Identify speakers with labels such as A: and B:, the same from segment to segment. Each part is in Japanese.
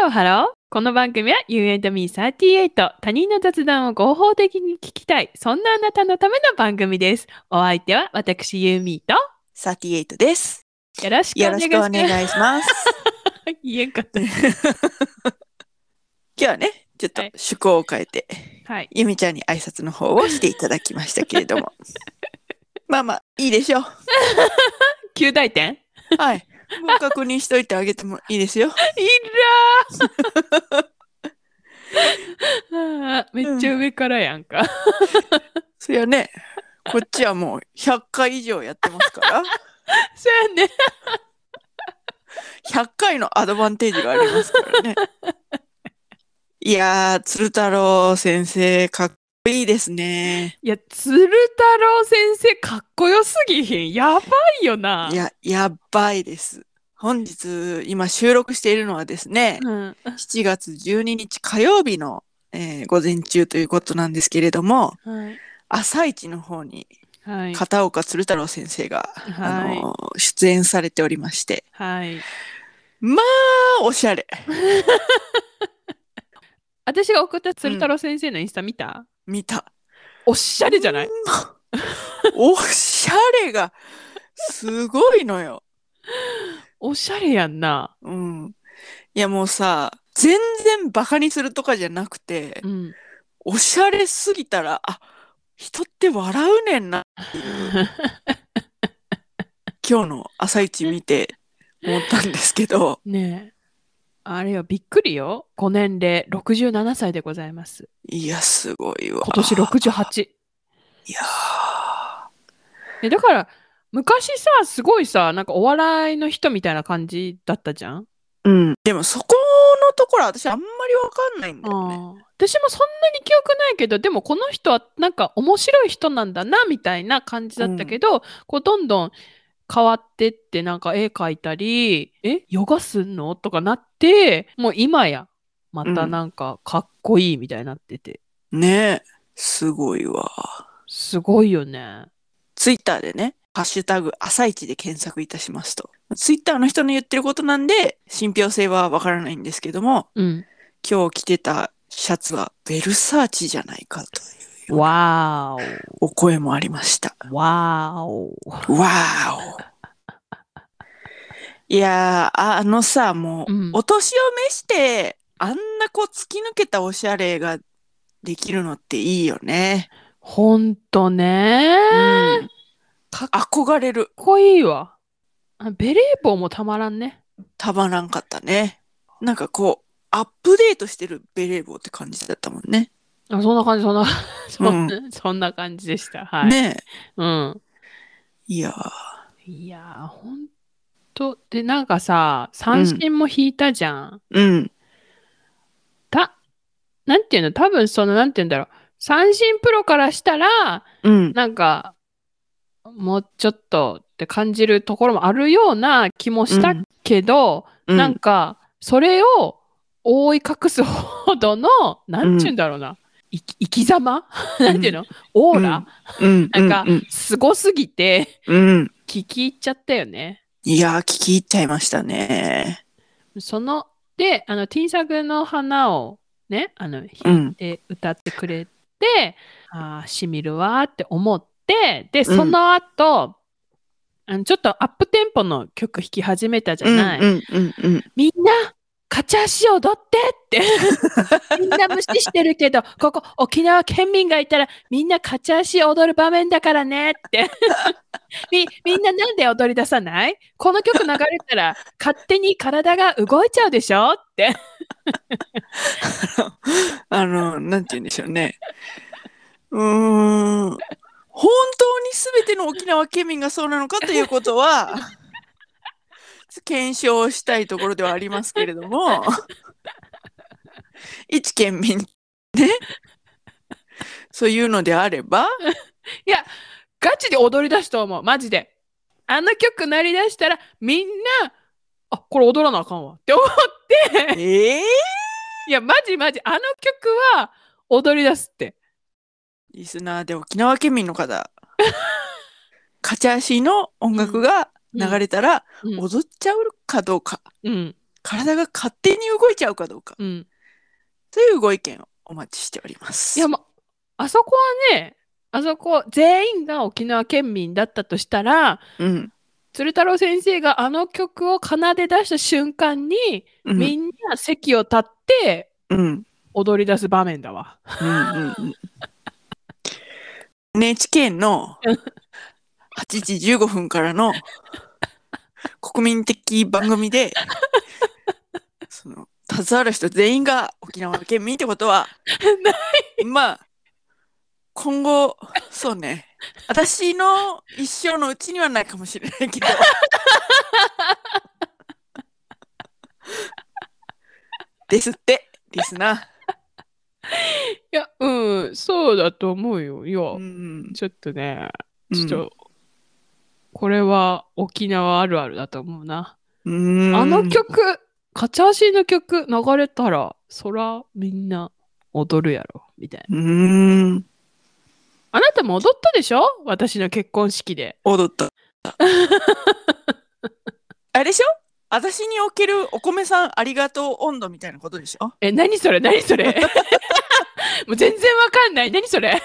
A: ローハロー。この番組は You and me38。他人の雑談を合法的に聞きたい。そんなあなたのための番組です。お相手は私ユーミー
B: 38です。
A: とよろしくお
B: よ
A: 願
B: ろ
A: い
B: し
A: し
B: くお
A: ます。
B: 願いします。
A: 言えんかった。
B: 今日はね、ちょっと
A: はい
B: 趣向を変えて、
A: はい。
B: ゆみちゃんに挨拶の方をしていただきましたけれど も。まあまあ、いいでしょう。
A: 旧大点
B: はい。もう確認しといてあげてもいいですよ。
A: い らーあーめっちゃ上からやんか。
B: そりゃね、こっちはもう100回以上やってますから、
A: そうやね。
B: 100回のアドバンテージがありますから ね。いやー、鶴太郎先生、かっこいいですね。
A: いや、鶴太郎先生かっこよすぎひん。やばいよな。
B: いや、やばいです。本日、今収録しているのはですね、
A: うん。
B: 7月12日火曜日の、えー午前中ということなんですけれども、
A: はい。
B: 朝一の方に
A: はい。
B: 片岡鶴太郎先生が、
A: はい
B: あのー出演されておりまして、
A: はい。
B: まあ、おしゃれ。
A: 私が送った鶴太郎先生のインスタ見た、
B: 見た。
A: おしゃれじゃない
B: おしゃれが、すごいのよ。
A: おしゃれやんな。
B: うん。いや、もうさ、全然バカにするとかじゃなくて、
A: うん。
B: おしゃれすぎたら、あ、人って笑うね んな。今日の朝一見て思ったんですけど、
A: ねえ。あれよ、びっくりよ。5年で67歳でございます。
B: いや、すごいわ。
A: 今年68。
B: いやー
A: えだから、昔さ、すごいさ、なんかお笑いの人みたいな感じだったじゃん、
B: うん。でもそこのところ私あんまりわかんないんだよね。
A: 私もそんなに記憶ないけどでもこの人はなんか面白い人なんだなみたいな感じだったけど、こうどんどん変わってってなんか絵描いたりえヨガすんのとかなってもう今やまたなんかかっこいいみたいになってて、
B: ねえ。すごいわ。
A: すごいよね。
B: ツイッターでね、ハッシュタグ朝一で検索いたしますと。ツイッターの人の言ってることなんで、信憑性はわからないんですけども、
A: うん。
B: 今日着てたシャツはベルサーチじゃないかというような
A: わ
B: お声もありました。
A: ーお。わーお。
B: わーおいやーあのさもう、
A: うん
B: お年を召してあんなこう突き抜けたおしゃれができるのっていいよね。
A: ほんとね
B: う
A: ー。
B: ん、憧れる
A: かっこいいわ。あベレー帽もたまらんね。
B: たまらんかったね。なんかこうアップデートしてるベレー帽って感じだったもんね。
A: あそんな感じ、そんな、そんな、
B: う
A: そんな感じでした。はい。
B: ねえ
A: うん。
B: いやー
A: いやー、ほんと。で、なんかさ、三振も引いたじゃん。
B: うん
A: た、なんていうの、多分その、なんていうんだろう。三振プロからしたら、
B: うん
A: なんか、もうちょっとって感じるところもあるような気もしたけど、
B: うん
A: なんか、それを覆い隠すほどの、なんていうんだろうな。い生き様 なんていうの、オーラ、
B: うん
A: なんか
B: うん
A: すごすぎて、
B: うんうん、
A: 聞き入っちゃったよね。
B: いやー聞き入っちゃいましたね。
A: その、で、あの、ティンサグの花をね、あの、弾いて歌ってくれて、ああ、しみるわーって思って、で、
B: うん
A: その後、あのちょっとアップテンポの曲弾き始めたじゃない。
B: うんうんうんうん
A: みんな、カチャシ踊 ってって。みんな無視してるけど、ここ沖縄県民がいたらみんなカチャシ踊る場面だからね って。みみんななんで踊り出さないこの曲流れたら勝手に体が動いちゃうでしょって。
B: あの、なんて言うんでしょうね。うーん。本当に全ての沖縄県民がそうなのかということは、検証したいところではありますけれども、一県民、ね、そういうのであれば、
A: ガチで踊り出すと思う。マジで。あの曲鳴り出したらみんな、あ、これ踊らなあかんわって思って。
B: ええ
A: いや、マジマジ。あの曲は踊り出すって。
B: リスナーで沖縄県民の方、カチャーシーの音楽が流れたら
A: うん
B: 踊っちゃうかどうか
A: うん。
B: 体が勝手に動いちゃうかどうか
A: うん。
B: というご意見をお待ちしております。
A: いや、ま、あそこはね、あそこ全員が沖縄県民だったとしたら、
B: うん、
A: 鶴太郎先生があの曲を奏で出した瞬間に、
B: うん、
A: みんな席を立って
B: うん、うん、
A: 踊り出す場面だわ。
B: うん、うん。NHK の8時15分からの国民的番組で、その、携わる人全員が沖縄県民ってことは、まあ、今後、そうね、私の一生のうちにはないかもしれないけど。ですって、リスナー。
A: いや、うん、そうだと思うよ。いや、
B: うん
A: ちょっとね、ちょっと、これは沖縄あるあるだと思うな。
B: うん
A: あの曲、カチャーシーの曲流れたら、そらみんな踊るやろ、みたいな。
B: うん
A: あなたも踊ったでしょ私の結婚式で。
B: 踊った あれでしょ私におけるお米さんありがとう温度みたいなことでしょ
A: え、何それ何 それもう全然わかんない。何それ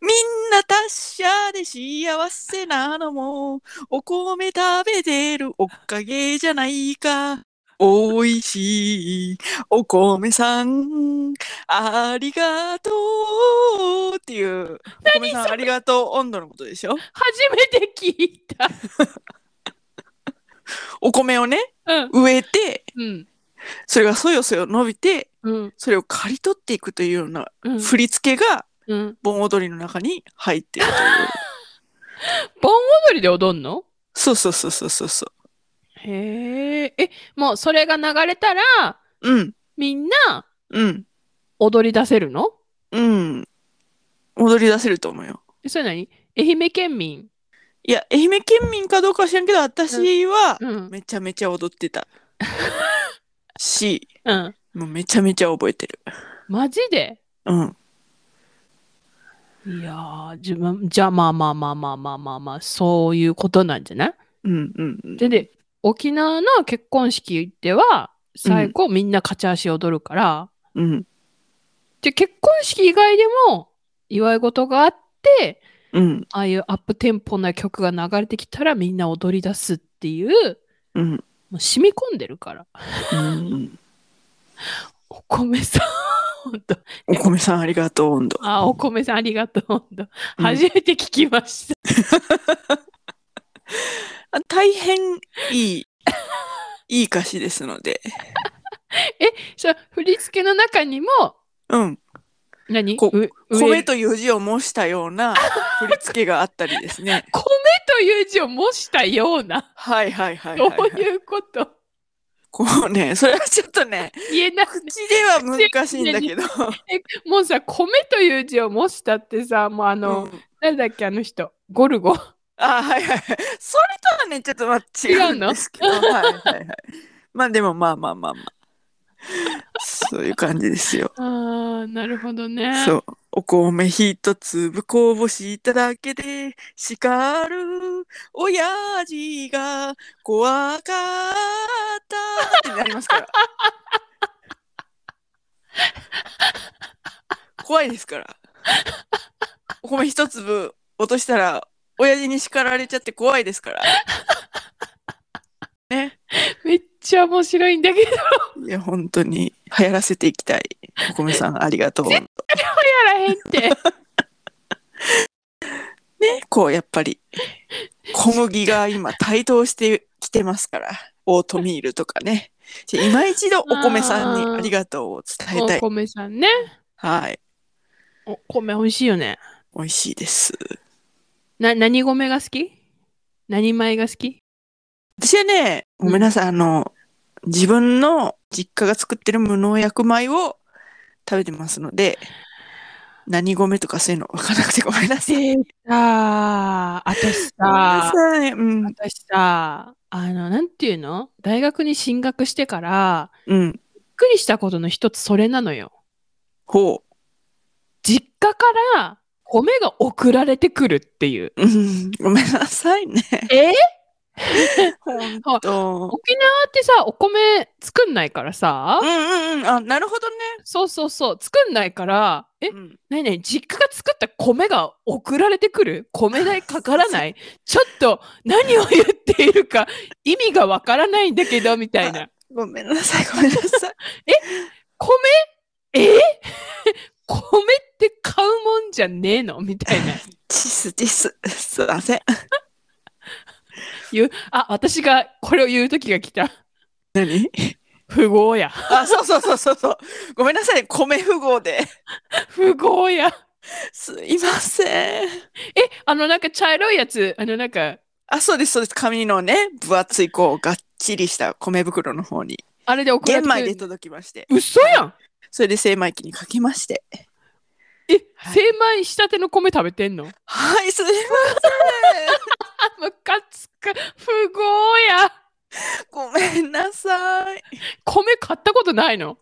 B: みんな達者で幸せなのもお米食べてるおかげじゃないかおいしいお米さんありがとうっていうお米さんありがとう温度のことでしょ
A: 初めて聞いた。
B: お米をね
A: うん。
B: 植えて
A: うん。
B: それがそよそよ伸びて
A: うん。
B: それを刈り取っていくというような
A: うん。
B: 振り付けが
A: うん、
B: 盆踊りの中に入っ てるという
A: 盆踊りで踊んの
B: そうそうそうそうそうそ
A: へえ。え、もうそれが流れたら、
B: ううん
A: みんな
B: うん
A: 踊り出せるの
B: うん踊り出せると思うよ
A: えそれ何愛媛県民。
B: いや愛媛県民かどうかは知らんけど私は
A: うん。
B: めちゃめちゃ踊ってたし
A: うん。
B: もうめちゃめちゃ覚えてる
A: マジで
B: うん
A: いやー、自分、じゃあまあまあまあまあまあまあまあ、そういうことなんじゃない
B: うんうんうん
A: で、で、沖縄の結婚式では、最後みんな勝ち足踊るから、
B: うん
A: で、結婚式以外でも祝い事があって、
B: うん
A: ああいうアップテンポな曲が流れてきたらみんな踊り出すっていう、
B: うん
A: もう染み込んでるから。
B: うんうん
A: お米さん、 本当
B: お米さんありがとう温度
A: あ、お米さんありがとう、本当
B: うん
A: 初めて聞きました。
B: あ大変いいいい歌詞ですので
A: そう振り付けの中にも、
B: うん
A: 何
B: こ
A: う上。
B: 米という字を模したような振り付けがあったりですね
A: 米という字を模したような、
B: はいはいはい
A: ど
B: はい、は
A: う
B: い。
A: いうこと
B: こうね、それはちょっとね、
A: 言えない。
B: 口では難しいんだけど、
A: えもうさ、米という字を模したってさ、もうあ
B: う
A: の、
B: ん
A: なんだっけ、あの人、ゴルゴ。
B: あはいはいはい。それとはね、ちょっとまあ違うんですけど、はいはいはい。まあでもまあまあまあまあ。そういう感じですよ。
A: あー、なるほどね。
B: そう。お米一粒こぼしただけで叱る親父が怖かったってなりますから。怖いですから。お米一粒落としたら親父に叱られちゃって怖いですから。ね。
A: めっちゃ面白いんだけど、や
B: いや、本当に流行らせていきたい。お米さんありがとう。
A: らへん って。
B: ね、こうやっぱり小麦が今台頭してきてますからオートミールとかねじゃあ今一度お米さんにありがとうを伝えた
A: お
B: い
A: 米さんね。
B: はい
A: お米美味しいよね。
B: 美味しいです
A: な、何米が好き何米が好き
B: 私はねごめんなさい、あの自分の実家が作ってる無農薬米を食べてますので何米とかそういうの分からなくてごめんなさい
A: でさ、私
B: ごめんな
A: さ、
B: さいうん
A: 私さ、あの、なんていうの大学に進学してから、
B: うん
A: びっくりしたことの一つそれなのよ。
B: ほ
A: 実家から米が送られてくるっていう。
B: う、うん、ごめんなさいね
A: え
B: 本当。
A: 沖縄ってさお米作んないからさ
B: うんうんうん。あ、なるほどね。
A: そうそうそう作んないからえ
B: うん、
A: なになに実家が作った米が送られてくる米代かからない ちょっと何を言っているか意味がわからないんだけどみたい な
B: ごめんなさい、ごめんなさい。
A: 米え 米って買うもんじゃねえのみたい な
B: チスチス。すいません。
A: 言うあ私がこれを言う時が来た
B: 何
A: 富豪や
B: あ、そうそうそうそうそう。ごめんなさい、米富豪で。
A: 富豪や
B: すいません。
A: えあのなんか茶色いやつあのなんか
B: あ、そうです、そうです。紙のね、分厚い、こう、がっちりした米袋の方に、
A: あれで送られ
B: 玄
A: てく
B: 米で
A: る
B: 届きまして、
A: 嘘やん
B: それで精米機にかけまして。
A: え、
B: はい
A: 精米したての米食べて んの
B: はい、すいま
A: あむかつく不合や
B: せん。ごめんなさい。
A: 米買ったことないの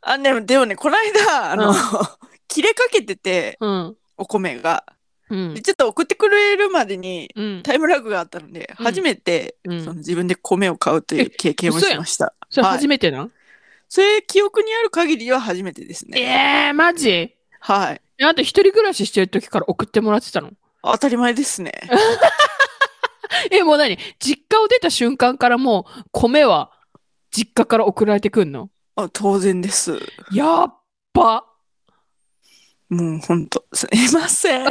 B: あ、でも、でもね、この間、あの、
A: うん
B: 切れかけてて、
A: うん
B: お米が。
A: うん
B: でちょっと送ってくれるまでに、
A: うん
B: タイムラグがあったので、
A: うん
B: 初めて、
A: うん
B: その自分で米を買うという経験を
A: 嘘や
B: し
A: ん
B: ました。
A: それ
B: はい
A: 初めてなん、
B: それ、記憶にある限りは初めてですね。
A: えー、マジ
B: はい。
A: あと一人暮らししてる時から送ってもらってたの
B: 当たり前ですね。
A: えもう何実家を出た瞬間からもう米は実家から送られてくんの
B: あ当然です。
A: やっば
B: もうほんと、すい ません。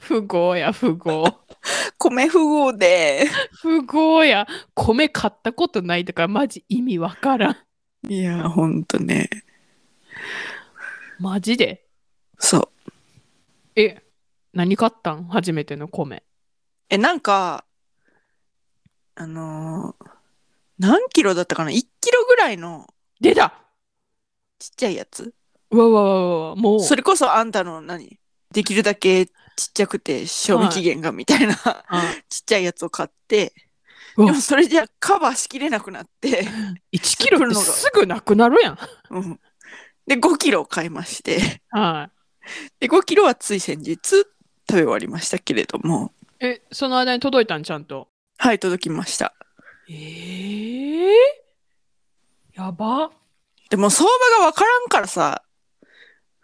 A: 不合や不合
B: 米富豪で。
A: 不合や米買ったことないとからマジ意味わからん
B: いや、ほんとね。
A: マジで
B: そう。
A: え何買ったん初めての米
B: え、なんか、あのー何キロだったかな ?1 キロぐらいの
A: 出た
B: ちっちゃいやつ。
A: うわうわうわうわもう
B: それこそあんたの何できるだけちっちゃくて賞味期限がみたいな、
A: あ
B: ちっちゃいやつを買って、
A: う
B: で
A: わ
B: もそれじゃカバーしきれなく なって、
A: 1キロってすぐなくなるやん。
B: うん。で、5キロ買いまして。
A: は
B: で、5キロはつい先日食べ終わりましたけれども、
A: い。え、その間に届いたんちゃんと。
B: はい、届きました。
A: えー、やば。
B: でも相場がわからんからさ、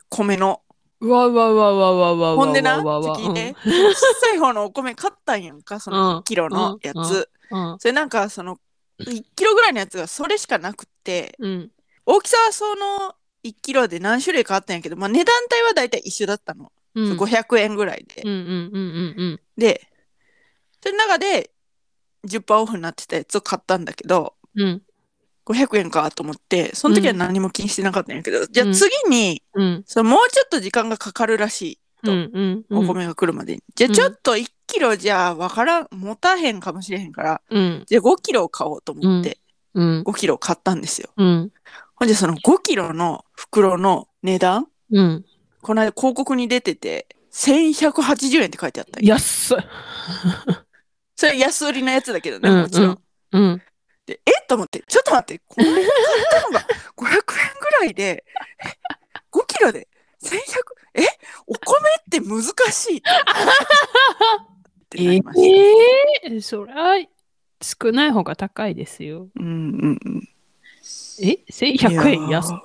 B: 米の。
A: うわうわうわうわうわうわうわうわうわ。
B: ほんでな、
A: う
B: ち
A: わ
B: ょ
A: う
B: っ
A: わ
B: と聞 いて、小さい方のお米買ったんやんか、その
A: うん
B: 1キロのや
A: うんう
B: つ。
A: うん。
B: それなんかその、1キロぐらいのやつがそれしかなくって、
A: うん。
B: 大きさはその1キロで何種類かあったんやけど、まあ値段帯はだいたい一緒だったの。
A: うん。
B: 500円ぐらいで。
A: うんうんうんうんうん。
B: で、その中で10%オフになってたやつを買ったんだけど、
A: うん。
B: 500円かと思って、その時は何も気にしてなかったんやけど、じゃあ次に、
A: うん。
B: そのもうちょっと時間がかかるらしい、
A: うんうん。
B: お米が来るまでに。じゃあちょっと1キロじゃわからん、持たへんかもしれへんから、
A: うん。
B: じゃあ5キロを買おうと思って、
A: うん。
B: 5キロ買ったんですよ。
A: うん。
B: ほんじゃその5キロの袋の値段、
A: うん。
B: この間広告に出てて、1180円って書いてあったんよ
A: 安っ。
B: それ安売りのやつだけどね、
A: うん
B: もちろん。
A: うん。
B: で、えと思って、ちょっと待って、この間買ったのが500円ぐらいで、5キロで1100、えお米って難しいって
A: え
B: なりました。
A: えー、そりゃ少ない方が高いですよ。
B: うんうんうん。
A: え、1100円
B: いや
A: 安っ
B: ー。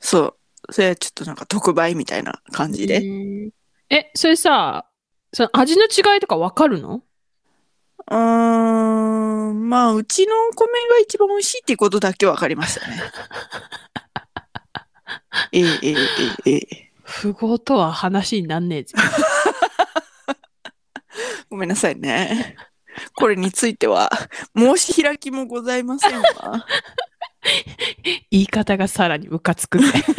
B: そう。それはちょっとなんか特売みたいな感じで。
A: うんえ、それさ、その味の違いとかわかるの
B: うーん、まあ、うちのお米が一番美味しいっていうことだけ分かりまし たね。ええええええええ。
A: 不合とは話になんねえ ぜ。
B: ごめんなさいね。これについては、申し開きもございませんわ。
A: 言い方がさらにムカつくね。
B: 本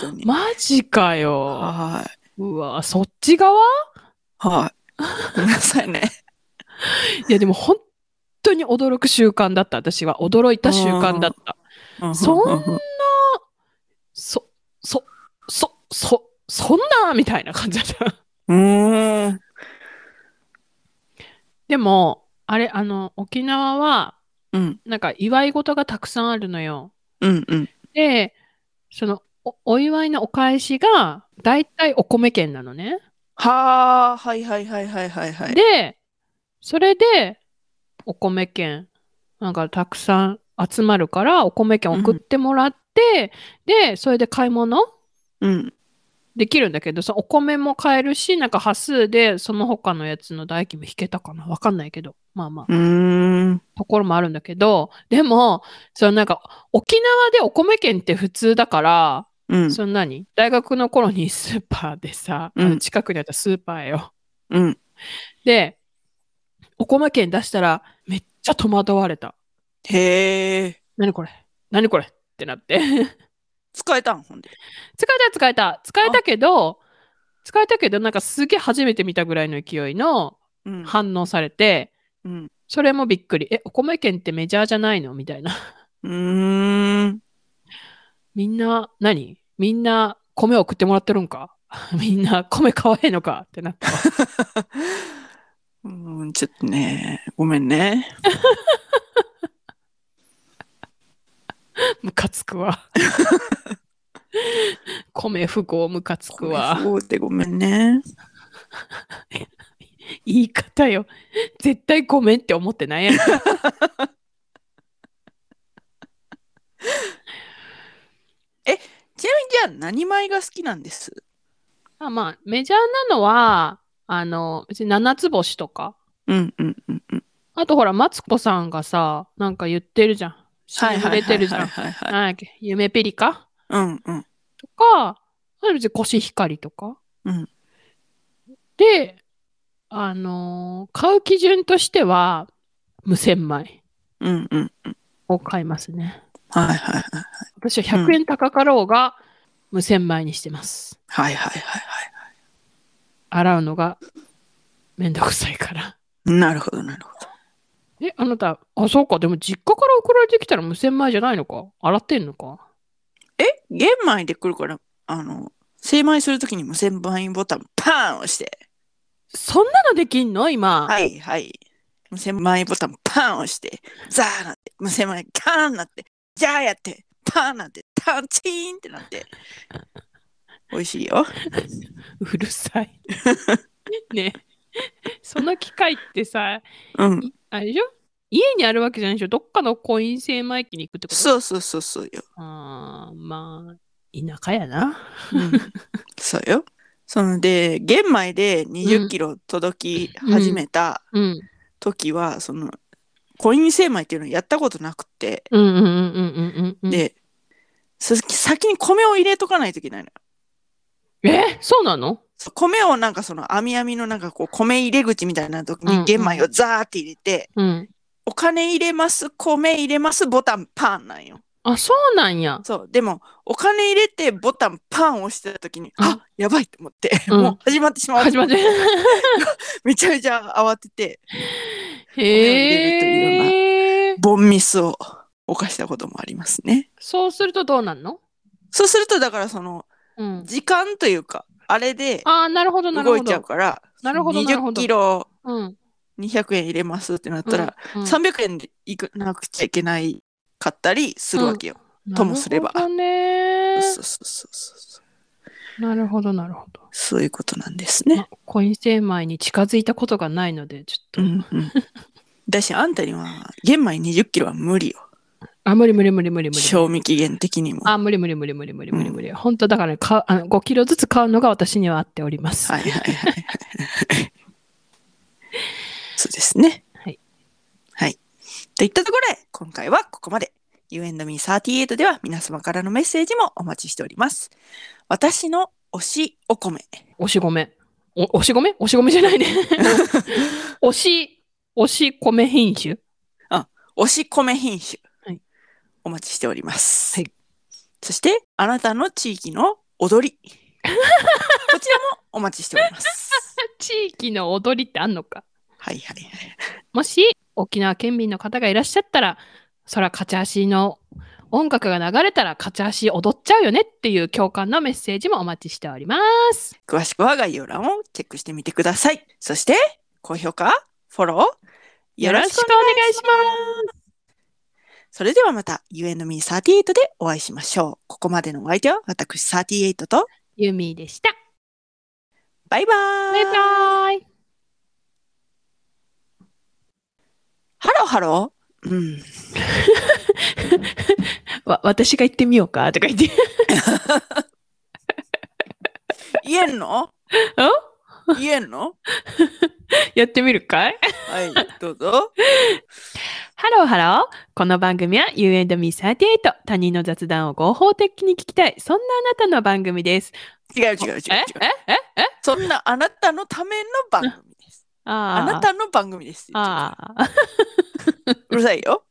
B: 当に
A: マジかよ。
B: はい。
A: うわ、そっち側
B: はい。ごめんなさいね。
A: いや、でも本当に驚く習慣だった。私は驚いた習慣だった。そんな、そ、そ、そ、そ、そんなみたいな感じだった。
B: うーん。
A: でも、あれ、あの、沖縄は、
B: うん。
A: なんか祝い事がたくさんあるのよ。
B: うん。うん。
A: で、その、おおお祝いのお返しが大体お米券なのね。
B: はあ、はいはいはいはいはいはい。
A: でそれでお米券なんかたくさん集まるからお米券送ってもらって、でそれで買い物
B: うん。
A: できるんだけどさお米も買えるしなんか端数でその他のやつの代金も引けたかなわかんないけどまあまあ
B: うーん。
A: ところもあるんだけどでもそのなんか沖縄でお米券って普通だから、
B: うん。
A: そんなに大学の頃にスーパーでさ、あの
B: うん
A: 近くにあったスーパーよ
B: うん。
A: でお米券出したらめっちゃ戸惑われた
B: へえ。
A: 何これ何これってなって 使え
B: 使えたんほんで。
A: た使えた使えたけど使えたけどなんかすげえ初めて見たぐらいの勢いの
B: うん。
A: 反応されて、
B: うん。
A: それもびっくり。え、お米券ってメジャーじゃないのみたいな。
B: うーん。
A: みんな、何みんな米送ってもらってるんか みんな米買わへんのかってなったわ。
B: うん、ちょっとね、ごめんね。
A: ムカつく わ。米不合ムカつくわ。
B: そうでごめんね。
A: 言い方よ。絶対ごめんって思ってないやん。
B: ちなみにじゃあ何枚が好きなんです
A: あまあ、メジャーなのは、あの、別に七つ星とか。
B: うんうんうんうん。
A: あとほら、マツコさんがさ、なんか言ってるじゃん。
B: はい
A: CM
B: はい
A: 出
B: は
A: て
B: い
A: るじゃ
B: はい
A: ん。
B: はいはい。
A: なんだっけ夢ピリカ
B: うんうん。
A: とか、あと別にコシヒカリとか。
B: うん
A: で、あのー買う基準としては、無洗米
B: うんうん。
A: を買いますね。
B: はいはいはい。
A: 私は100円高かろうが、無洗米にしてます。
B: はいはいはいは
A: 洗うのがめんどくさいから。
B: い。なるほどなるほど。
A: え、あなた、あ、そうか、でも実家から送られてきたら無洗米じゃないのか洗ってんのか
B: え玄米で来るから、あの、精米するときに無洗米ボタンパーン押して。
A: そんなのできんの今。
B: はいはい。無洗米ボタンパーン押して。ザーなって。無洗米カーンなって。じゃーやって。パーンなって。タンチーンってなって。美味しいよ。
A: うるさ い。ねえその機械ってさ、
B: うん。
A: いあれでしょ家にあるわけじゃないでしょどっかのコイン精米機に行くってこと
B: そうそうそうそうよ。
A: あーまあ、田舎やな。
B: うん、そうよ。そので、玄米で
A: うん
B: 20キロ届き始めた
A: うん。
B: 時は、その、コイン精米っていうのをやったことなくて、
A: うんうんうんうんうんうん。
B: で、す先に米を入れとかないといけないのよ。
A: えそうなの
B: そう米をなんかその網網のなんかこう米入れ口みたいな時
A: うんうん
B: に玄米をザーって入れて、
A: うん。
B: お金入れます、米入れます、ボタンパンなんよ。
A: あ、そうなんや。
B: そう。でも、お金入れてボタンパン押してた時に、
A: うん
B: あやばいと思って、
A: うん
B: もう始まってしまう。
A: 始まって。
B: めちゃめちゃ慌てて、
A: へえ。
B: ボンミスを犯したこともありますね。
A: そうするとどうなんの
B: そうすると、だからその、
A: うん。
B: 時間というか、あれで
A: ああ、なるほど、なるほ
B: 動いちゃう
A: ど。
B: から、
A: なるほどなるほ
B: 20
A: ど
B: キロ
A: うん。
B: 200円入れますってなったら、
A: うん、
B: 300円でいくなくちゃいけないかったりするわけよ。ともすれば
A: なるほどね
B: そうそうそうそう。
A: なるほど、なるほど。
B: そういうことなんですね。
A: まあコイン精米に近づいたことがないので、ちょっ
B: う
A: と。
B: んうん。だし、あんたには、玄米20キロは無理よ。
A: あ、無理無理無理無理無理。
B: 賞味期限的にも。は
A: あ、無理無理無理無理無理無理無理。本当だから、かあの5キロずつ買うのが私には合っております。
B: いはいはいはい。 そうですね。
A: はい。
B: はい。といったところで、今回はここまで。You and me38 では皆様からのメッセージもお待ちしております。私の推しお米。
A: おしごめ。お、おしごめおしごめじゃない ね。おし、おし米品種
B: 推し米品種、
A: はい
B: お待ちしております、
A: はい
B: そしてあなたの地域の踊りこちらもお待ちしております
A: 地域の踊りってあんのか。
B: はいはいはい
A: もし、沖縄県民の方がいらっしゃったら、そら、カチャーシーの音楽が流れたら、カチャーシー踊っちゃうよねっていう共感のメッセージもお待ちしております。
B: 詳しくは概要欄をチェックしてみてくださいそして高評価フォロー
A: よろしくお願いします。
B: すそれではまた UNME38 でお会いしましょう。ここまでのお相手は私38と
A: ユミでした。
B: バイバー
A: バイバイ。
B: ハローハロー。うん。
A: わ、私が行ってみようかとか言って。
B: 言えん の言えんの
A: やってみるかい
B: はい、どうぞ。
A: ハローハロー。この番組は You and me38。他人の雑談を合法的に聞きたい。そんなあなたの番組です。
B: 違う違う違う違う。
A: えええ
B: そんなあなたのための番組です。
A: あー
B: あなたの番組です。
A: ああ。
B: うるさいよ。